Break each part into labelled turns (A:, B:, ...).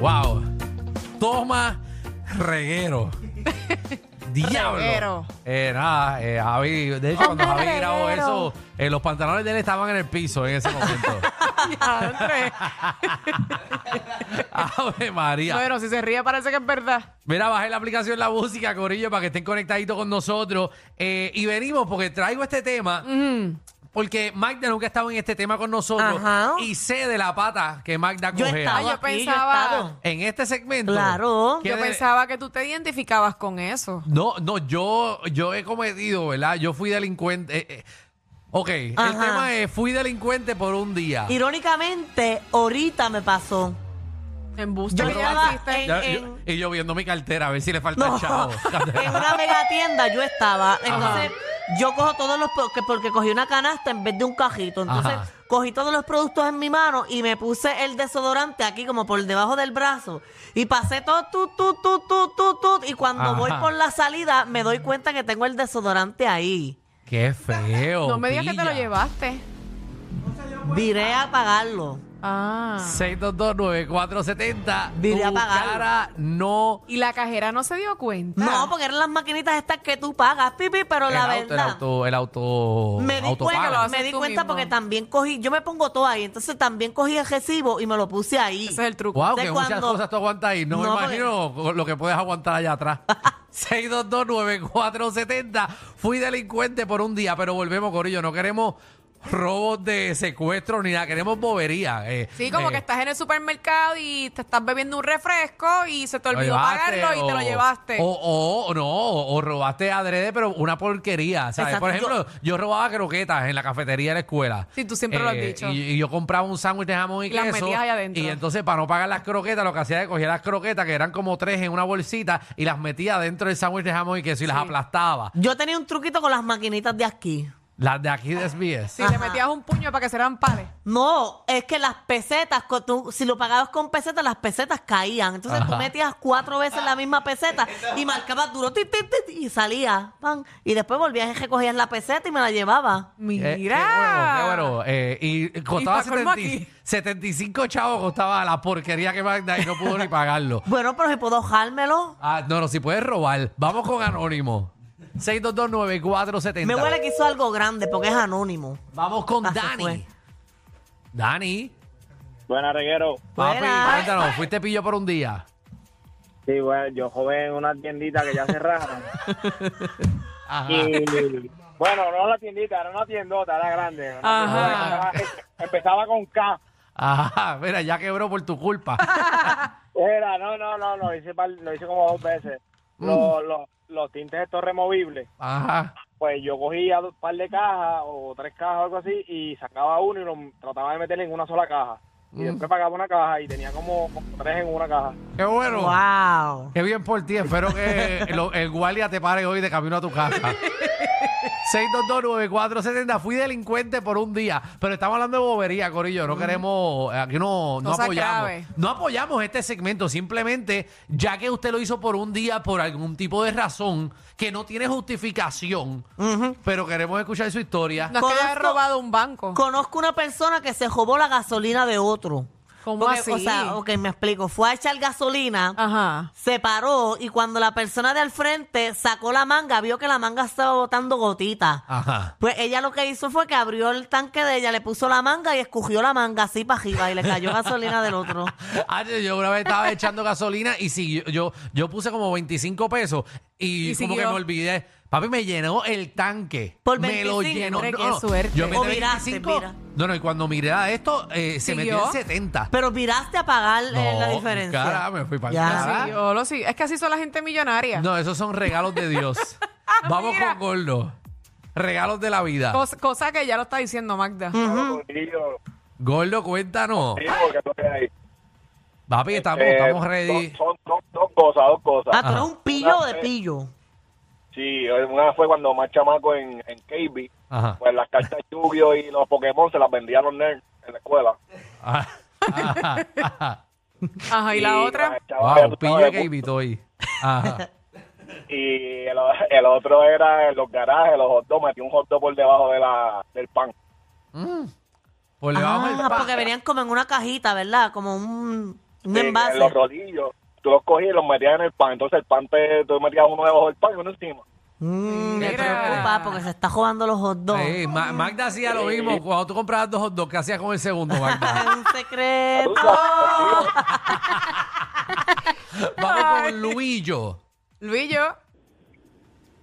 A: Wow. Toma reguero. Diablo.
B: Reguero.
A: Eh, nada, eh, Javi. De hecho, cuando Javi grabó eso, eh, los pantalones de él estaban en el piso en ese momento.
B: Diantre.
A: Ave María.
B: Bueno, si se ríe parece que es verdad.
A: Mira, bajé la aplicación La Música, Corillo, para que estén conectaditos con nosotros. Eh, y venimos porque traigo este tema. Porque Magda nunca ha estado en este tema con nosotros.
C: Ajá.
A: Y sé de la pata que Magda
C: Yo he
A: coge.
C: estado
B: yo
C: aquí, yo he
B: pensaba-
C: estado.
A: En este segmento.
C: Claro.
A: ¿qué
B: Yo
A: de-
B: pensaba que tú te identificabas con eso.
A: No, no, yo, yo he cometido, ¿verdad? Yo fui delincuente. eh, eh. Ok, el
C: Ajá.
A: tema es, fui delincuente por un día.
C: Irónicamente, ahorita me pasó.
B: En busca
C: Yo
B: que ya
C: estaba
B: existe.
C: en,
A: Ya, yo-
C: en-
A: y yo viendo mi cartera a ver si le falta
C: No. Eh,
A: el chavo.
C: en una mega tienda, yo estaba. Entonces, yo cojo todos los porque, porque cogí una canasta en vez de un cajito. Entonces,
A: Ajá.
C: cogí todos los productos en mi mano y me puse el desodorante aquí como por debajo del brazo. Y pasé todo tu, tu, tu, tu, tu, tu. Y cuando
A: Ajá.
C: voy por la salida, me doy cuenta que tengo el desodorante ahí.
A: Qué feo.
B: No me digas que te lo
A: pilla.
B: llevaste.
C: Viré a pagarlo.
B: Ah.
A: 6229470.
C: Diré
A: Tu
C: apagarlo.
A: cara no.
B: Y la cajera no se dio cuenta.
C: No, porque eran las maquinitas estas que tú pagas, pipi, pero
A: el,
C: la
A: Ah. auto, el
C: verdad.
A: auto, el auto.
C: Me di
A: autopaga.
C: cuenta,
B: haces
C: me di
B: tú
C: cuenta
B: mismo.
C: porque también cogí, yo me pongo todo ahí, entonces también cogí el recibo y me lo puse ahí.
B: Ese es el truco.
A: Wow,
C: de
A: que muchas
C: cuando-
A: cosas tú aguantas ahí. No, me
C: No, porque-
A: imagino lo que puedes aguantar allá atrás. 6229470. Fui delincuente por un día, pero volvemos, Corillo. No queremos robos de secuestro ni nada. Queremos bobería. eh,
B: Sí, como
A: eh,
B: que estás en el supermercado y te estás bebiendo un refresco y se te
A: lo
B: olvidó
A: llevaste
B: pagarlo y te
A: o-
B: lo llevaste.
A: O, o- o no, o o robaste adrede, pero una porquería. ¿sabes?
C: Exacto,
A: Por ejemplo, yo, robaba croquetas en la cafetería de la escuela. Eh,
B: Sí, tú siempre lo has dicho.
A: Y, y yo compraba un sándwich de jamón y,
B: Y las
A: queso.
B: metías ahí adentro.
A: Y entonces, para no pagar las croquetas, lo que hacía era que cogía las croquetas, que eran como tres en una bolsita, y las metía dentro del sándwich de jamón y queso y las aplastaba.
C: Yo tenía un truquito con las maquinitas de aquí.
A: Las de aquí
B: Ah,
A: de SBS.
B: Si le metías un puño para que se eran pares.
A: Eh,
C: No, es que las pesetas, co- tú- si lo pagabas con pesetas, las pesetas caían. Entonces tú
A: Ajá.
C: metías cuatro veces la misma peseta y marcabas duro ti, ti, ti, ti, y salía. pan. Y después volvías y recogías la peseta y me la llevaba.
B: Mira.
A: Eh, qué bueno, qué bueno. Eh, y costaba
B: pa' colmo
A: 70
B: aquí.
A: 75 chavos, costaba la porquería que manda y no pudo ni pagarlo.
C: Bueno, pero si puedo jármelo.
A: Ah, no, no, si puedes robar. Vamos con Anónimo. 6229470.
C: Me huele que hizo algo grande porque es anónimo.
A: Vamos con
C: Ah, se
A: Dani.
C: fue.
A: Dani,
D: Buena, reguero.
A: papi,
C: Buenas.
A: cuéntanos, fuiste pillo por un día.
D: Sí, bueno, yo joven en una tiendita que ya cerraron.
A: Ajá.
D: y, bueno, no la tiendita, era una tiendota, era grande. Una
B: Ajá.
D: tiendota que empezaba- Empezaba con K.
A: Ajá, mira, ya quebró por tu culpa.
D: Era, no, no, no, lo hice, par- lo hice como dos veces. Los, los, los tintes estos removibles.
A: Ajá.
D: Pues yo cogía un par de cajas o tres cajas o algo así y sacaba uno y lo trataba de meter en una sola caja. Y después pagaba una caja y tenía como tres en una caja.
A: Qué bueno.
C: Wow.
A: Qué bien por ti. Espero que lo- el guardia te pare hoy de camino a tu casa. 6229470. Fui delincuente por un día. Pero estamos hablando de bobería, Corillo. No queremos. Aquí no, no
B: Mm. Cosas
A: apoyamos.
B: graves.
A: No apoyamos este segmento. Simplemente, ya que usted lo hizo por un día por algún tipo de razón que no tiene justificación, pero queremos escuchar su historia.
B: Mm. No es que
C: Conozco-
B: hayas robado un banco.
C: Conozco una persona que se robó la gasolina de otro.
B: ¿Cómo
C: Porque,
B: así?
C: O sea, ok, me explico. Fue a echar gasolina.
A: Ah.
B: Ajá.
C: se paró y cuando la persona de al frente sacó la manga, vio que la manga estaba botando gotitas.
A: Ah. Ajá.
C: Pues ella lo que hizo fue que abrió el tanque de ella, le puso la manga y escogió la manga así para arriba y le cayó gasolina del otro.
A: Ah, yo- yo una vez estaba echando gasolina y si yo, yo puse como 25 pesos y,
B: Y
A: como que
B: siguió.
A: me olvidé. Papi me llenó el tanque.
C: Por
A: me lo
C: 25,
A: llenó.
B: hombre, qué suerte.
A: Yo me
C: O
A: metí
C: miraste,
A: 25.
C: mira.
A: No, no, y cuando miré a esto, eh, se metió
B: ¿Siguió?
A: en 70.
C: Pero miraste a pagar eh,
A: No,
C: la diferencia.
A: cara, me fui pa'l
C: Ya.
A: carajo.
B: Sí, yo lo sí. Es que así son la gente millonaria.
A: No, esos son regalos de Dios. Vamos
B: Ah, Mira.
A: con Gordo. Regalos de la vida.
B: Cos- cosa que ya lo está diciendo Magda.
A: Mm. Gordo, cuéntanos.
D: Sí, porque lo que hay.
A: Papi, estamos,
D: Eh,
A: estamos ready.
D: Dos, son dos, dos cosas, dos cosas.
C: Ah, tú eres
A: Ajá.
C: un pillo
D: Una
C: de
D: vez-
C: pillo.
D: Sí, una fue cuando más chamaco en, en KB,
A: Ajá.
D: pues las cartas Yu-Gi-Oh y los Pokémon se las vendían los nerds en la escuela.
A: Ajá. Ajá. Ajá.
B: Ajá, Ah, y la otra.
D: las chavas,
A: Wow,
D: tú sabes,
A: pille que invitó hoy. Ajá.
D: Y el, el otro era en los garajes, los hot dogs, metí un hot dog por debajo de la, del pan.
A: Por debajo del
C: Ah,
A: pan.
C: porque venían como en una cajita, ¿verdad? Como un... Un
D: en-
C: envase.
D: Eh, en los rodillos. Tú los cogías y los metías en el pan. Entonces el pan, te, tú metías uno debajo del pan y uno encima.
C: Mm, me
B: Mira.
C: preocupa porque se está jugando los hot dogs.
A: Sí, Ma- Magda hacía lo mismo. Cuando tú comprabas dos hot dogs, ¿qué hacías con el segundo, Magda?
C: Es un secreto.
A: Vamos con Luillo.
B: Luis y yo.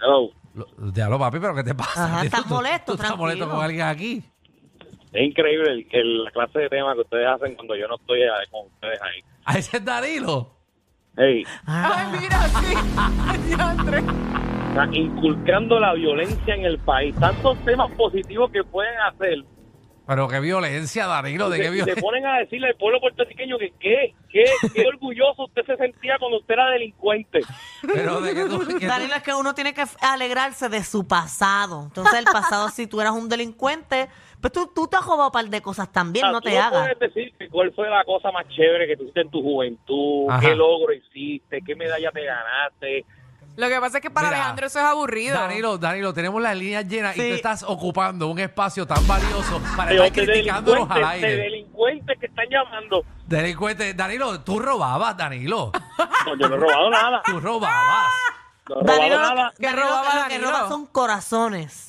D: Hello.
A: Lo- Diablo, papi, pero ¿qué te pasa?
C: Ajá, estás
A: Tú-
C: molesto,
A: tú estás
C: tranquilo.
A: molesto con alguien aquí.
D: Es increíble el, el- la clase de tema que ustedes hacen cuando yo no estoy ahí con ustedes ahí.
A: A Ah, ese es Danilo.
D: Hey,
C: Ah,
B: Ay, mira, sí. Diantre.
D: está inculcando la violencia en el país. Tantos temas positivos que pueden hacer.
A: Pero qué violencia, Danilo, de
D: Se-
A: qué
D: y se
A: violencia.
D: ponen a decirle al pueblo puertorriqueño que qué, qué, qué orgulloso usted se sentía cuando usted era delincuente.
A: Pero de que tú. que tú-
C: Danilo, es que uno tiene que f- alegrarse de su pasado. Entonces, el pasado, si tú eras un delincuente, pues tú, tú te has robado un par de cosas
D: O sea,
C: también, no
D: Ah, tú
C: te hagas.
D: puedes decir que cuál fue la cosa más chévere que tuviste en tu juventud,
A: Ajá.
D: qué logro hiciste, qué medalla te ganaste.
B: Lo que pasa es que para
A: Mira,
B: Alejandro eso es aburrido.
A: Danilo, Danilo, tenemos las líneas llenas y
C: Sí.
A: tú estás ocupando un espacio tan valioso para
D: Pero
A: estar
D: de
A: criticándonos al
D: delincuentes, de
A: aire.
D: delincuentes que están llamando.
A: Delincuente, Danilo, tú robabas, Danilo.
D: No, yo no he robado nada.
A: Tú robabas.
D: No he robado
C: Danilo, lo-
D: nada.
B: Que
C: Danilo,
B: roba
C: lo que
B: Danilo.
C: roba son corazones.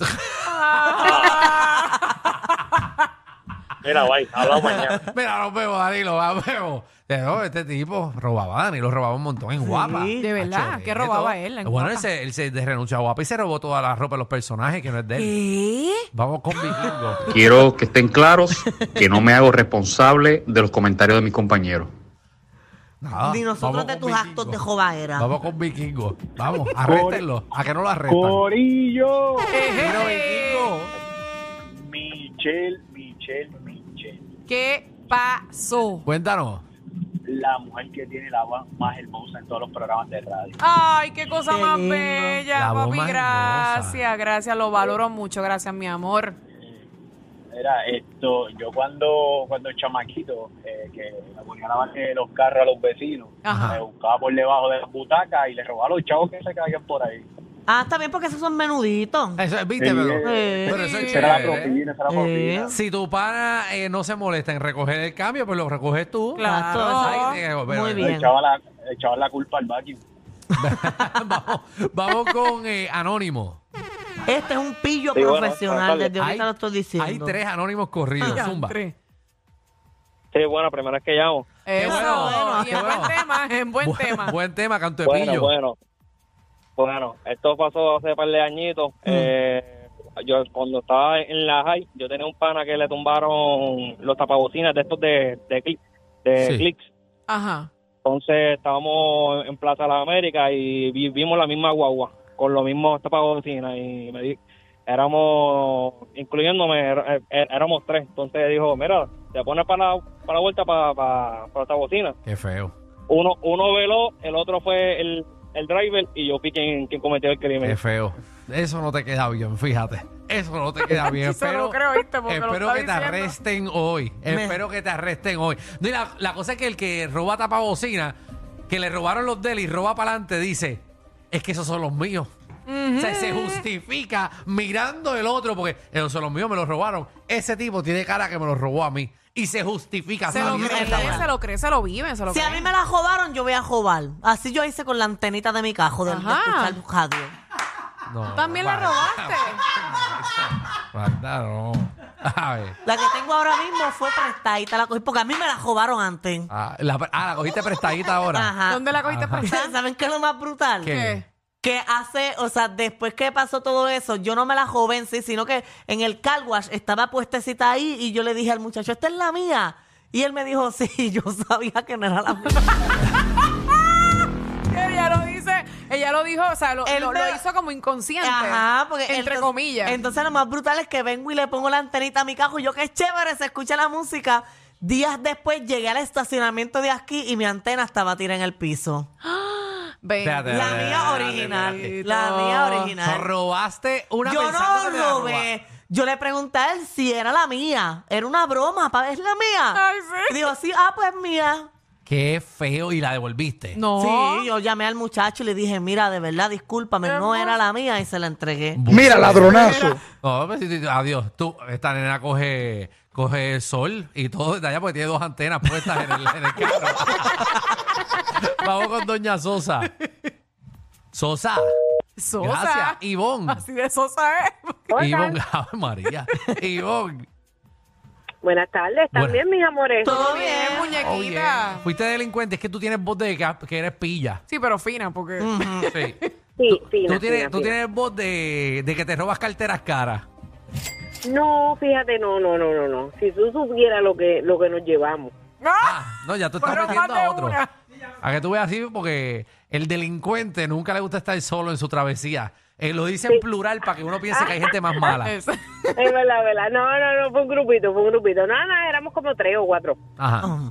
D: Mira, bye, hablamos mañana.
A: Mira, nos vemos, Danilo, nos vemos. Pero este tipo robaba, Danilo robaba un montón en guapa.
B: De verdad,
A: Hacho,
B: ¿qué
A: de todo.
B: robaba él en
A: bueno,
B: Guapa?
A: él se, él se renunció a guapa y se robó toda la ropa de los personajes que no es de él.
C: Eh. ¿Qué?
A: Vamos con Vikingo.
E: Quiero que estén claros que no me hago responsable de los comentarios de mis compañeros.
A: Nada,
C: Ni nosotros
A: Ah, vamos
C: Ah, de
A: con
C: tus
A: Vikingo.
C: actos de jovaera.
A: Vamos con Vikingo. Vamos, arréstenlo. ¿A que no lo arrestan?
D: Corillo.
A: Mira, Vikingo.
D: Michelle, Michelle, Michelle.
B: ¿Qué pasó?
A: Cuéntanos.
D: La mujer que tiene la voz más hermosa en todos los programas de radio.
B: Ay, qué cosa
C: Qué
B: más
C: lindo.
B: bella,
A: La voz
B: papi.
A: más hermosa.
B: Gracias, gracias. Lo valoro mucho. Gracias, mi amor.
D: Mira, esto, yo cuando, cuando chamaquito, eh, que me ponía a lavar eh, los carros a los vecinos,
B: Ajá.
D: me buscaba por debajo de las butacas y le robaba a los chavos que se caían por ahí.
C: Ah, está bien porque esos son menuditos.
A: Eso es, viste,
D: Sí,
A: pero,
C: eh,
A: pero eso es
B: sí.
D: Era la
A: chévere.
D: propina, esa era la
C: Eh.
D: propina.
A: Si tu pana eh, no se molesta en recoger el cambio, pues lo recoges tú.
B: Claro.
A: Ay, eh, pero-
C: Muy
D: Le
C: bien.
D: echaba la, le echaba la culpa al vacuum.
A: vamos, vamos con eh, Anónimo.
C: Este es un pillo
D: Sí, bueno,
C: profesional,
D: buenas tardes.
C: desde ahorita lo estoy diciendo.
A: Hay tres Anónimos corridos.
B: Ah,
A: Zumba.
B: Diantre.
D: Sí, bueno, primera vez que llamo.
A: Qué
B: Eso,
A: bueno,
B: y
A: qué
B: en buen
A: bueno.
B: tema, en buen
A: Buen-
B: tema.
A: Buen tema, canto de
F: Bueno,
A: pillo.
F: bueno. Bueno, esto pasó hace par de añitos.
A: Mm.
F: Eh, yo cuando estaba en la high, yo tenía un pana que le tumbaron los tapabocinas de estos de, de, clic- de
A: Sí.
F: clics.
B: Ajá.
F: Entonces estábamos en Plaza de las Américas y vi- vimos la misma guagua con los mismos tapabocinas y me di- éramos, incluyéndome, er- er- éramos tres. Entonces dijo, mira, te pones para la, para la vuelta para, para, para esta bocina
A: Qué feo.
F: uno, uno veló, el otro fue el, el driver y yo fui quien, quien cometió el
A: Qué
F: crimen.
A: feo. Eso no te queda bien, fíjate. Eso no te queda bien.
B: Eso
A: espero
B: no creo, ¿viste? Porque lo
A: espero
B: está
A: que te
B: diciendo.
A: arresten hoy. Espero que te arresten hoy. No, y la, la cosa es que el que roba tapabocina, que le robaron los de él y roba para adelante, dice, es que esos son los míos. O sea, se justifica mirando el otro porque esos son los míos, me los robaron. Ese tipo tiene cara que me los robó a mí. Y se justifica.
B: Se lo
A: sabiendo que
B: cree,
A: está mal.
B: se lo cree, se lo viven, se lo
C: Si a
B: creen.
C: mí me la jodaron, yo voy a jobar. Así yo hice con la antenita de mi cajo de, de
B: Ajá.
C: escuchar radio.
A: No,
B: También la
A: para-
B: robaste.
A: Magda, no. A ver.
C: La que tengo ahora mismo fue prestadita, la cogí porque a mí me la jodaron antes.
A: Ah, la, ah, la cogiste prestadita ahora.
C: Ajá.
B: ¿Dónde la cogiste
A: Ajá.
B: prestada?
C: ¿Saben qué es lo más brutal?
A: ¿Qué?
C: Que hace, o sea, después que pasó todo eso, yo no me la joven, sí, sino que en el car wash estaba puestecita ahí y yo le dije al muchacho, esta es la mía. Y él me dijo, sí, yo sabía que no era la mía.
B: Ella lo dice, ella lo dijo, o sea, lo,
C: Él
B: lo-
C: me
B: lo
C: la-
B: hizo como inconsciente.
C: Ajá, porque
B: entre
C: entonces-
B: comillas.
C: Entonces lo más brutal es que vengo y le pongo la antenita a mi cajo y yo qué chévere, se escucha la música. Días después llegué al estacionamiento de aquí y mi antena estaba tirada en el piso.
B: Ven.
A: Espérate,
C: La
A: espérate,
C: mía
A: espérate,
C: original.
A: espérate.
C: La mía
A: O sea,
C: original.
A: robaste una
C: Yo
A: pensando que te la
C: no robé. Yo le pregunté a él si era la mía. Era una broma, pa- ¿es la mía?
B: Ay,
C: Y
B: sí.
C: dijo, sí, ah, pues mía.
A: robaste. Qué feo y la devolviste.
B: No.
C: Sí, yo llamé al muchacho y le dije, mira, de verdad, discúlpame, no era la mía y se la entregué.
A: Mira, ladronazo. No, pues, sí, sí, adiós. Tú, esta nena coge, coge el sol y todo desde allá porque tiene dos antenas puestas en el, en el carro. Vamos con Doña Sosa. Sosa.
B: Sosa.
A: Gracias, Ivonne.
B: Así de Sosa es.
A: Ivonne, Ave María. Ivonne.
G: Buenas tardes,
A: Buenas.
G: también mis amores.
C: Todo
B: Bien,
C: bien.
B: muñequita.
A: Oye, fuiste delincuente, es que tú tienes voz de que, que eres pilla.
B: Sí, pero fina, porque.
C: Mm.
A: Sí.
G: Sí, fina,
A: tú tienes,
G: fina,
A: tú
G: fina.
A: tienes voz de, de que te robas carteras caras.
G: No, fíjate, no, no, no, no, no. Si tú supieras lo que lo que nos llevamos.
B: ¡Ah!
A: Ah, no, ya tú estás
B: Fueron
A: metiendo
B: más de
A: a otro.
B: una.
A: A que tú veas así, porque el delincuente nunca le gusta estar solo en su travesía. Eh, lo dice en plural para que uno piense que hay gente más mala.
B: Es-
G: Es verdad, verdad. No, no, no, fue un grupito, fue un grupito. Nada, nada, éramos como tres o cuatro.
A: Ajá.
C: Ah.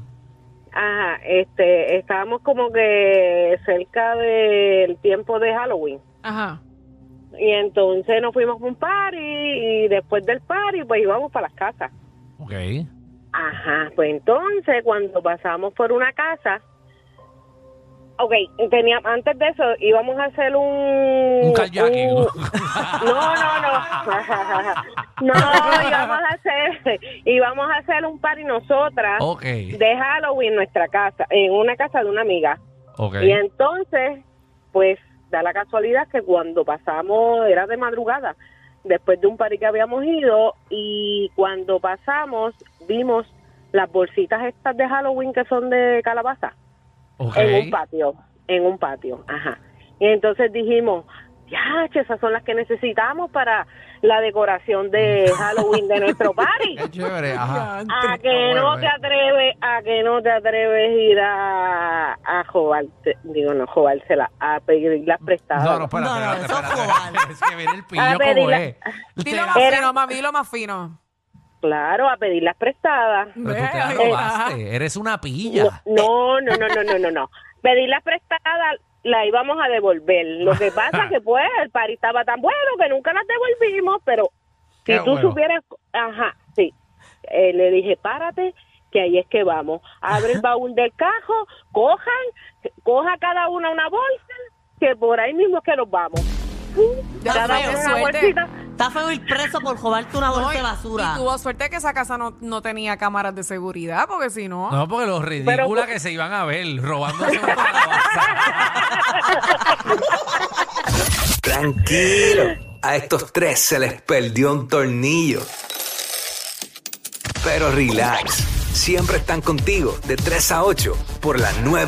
G: Ajá, este, estábamos como que cerca del tiempo de Halloween.
B: Ajá.
G: Y entonces nos fuimos a un party y después del party pues íbamos para las casas.
A: Ok.
G: Ajá, pues entonces cuando pasamos por una casa, ok, tenía, antes de eso íbamos a hacer un...
A: Un kayaking.
G: un- no, no, no. no, íbamos a hacer, íbamos a hacer un party nosotras
A: ok.
G: Ah, de Halloween en nuestra casa, en una casa de una amiga.
A: Ok.
G: Y entonces, pues da la casualidad que cuando pasamos, era de madrugada, después de un party que habíamos ido, y cuando pasamos, vimos las bolsitas estas de Halloween que son de calabaza
A: Ok.
G: en un patio, en un patio, ajá. Y entonces dijimos, ya, esas son las que necesitamos para la decoración de Halloween de nuestro party.
A: Qué chévere. Ajá.
G: A
A: Ah,
G: que
A: bueno,
G: no te
A: eh.
G: atreves, a que no te atreves ir a, a jobarte, digo no jobársela, a pedir las prestadas.
A: No, no, espera,
C: No, no,
A: espera,
C: eso
A: espera,
C: fue
A: espera.
C: mal.
A: Es que viene el
G: A
A: pillo
G: ver,
A: como
G: dila-
A: es.
B: Dilo
A: Te
B: más
A: la-
G: Era-
B: fino, mami, dilo más fino.
G: Claro, a pedir las prestadas.
A: Pero tú te la
B: Ve, ahí
A: robaste. Eres una pilla.
G: No, no, no, no, no, no, no. Pedir las prestadas la íbamos a devolver. Lo que pasa es que pues el pari estaba tan bueno que nunca las devolvimos, pero si
A: Qué
G: tú
A: bueno.
G: supieras, ajá, sí. Eh, le dije, párate, que ahí es que vamos. Abre el baúl del cajo, cojan, coja cada una una bolsa, que por ahí mismo es que nos vamos.
B: Ya
G: Cada
B: fue,
G: una una
B: suerte.
G: bolsita.
C: Está feo ir preso por robarte una bolsa de basura.
B: Y tuvo suerte que esa casa no, no tenía cámaras de seguridad, porque si no.
A: No, porque los ridículas que se iban a ver robándose una calabaza.
H: Tranquilo. A estos tres se les perdió un tornillo. Pero relax. Siempre están contigo de 3 a 8 por la 9.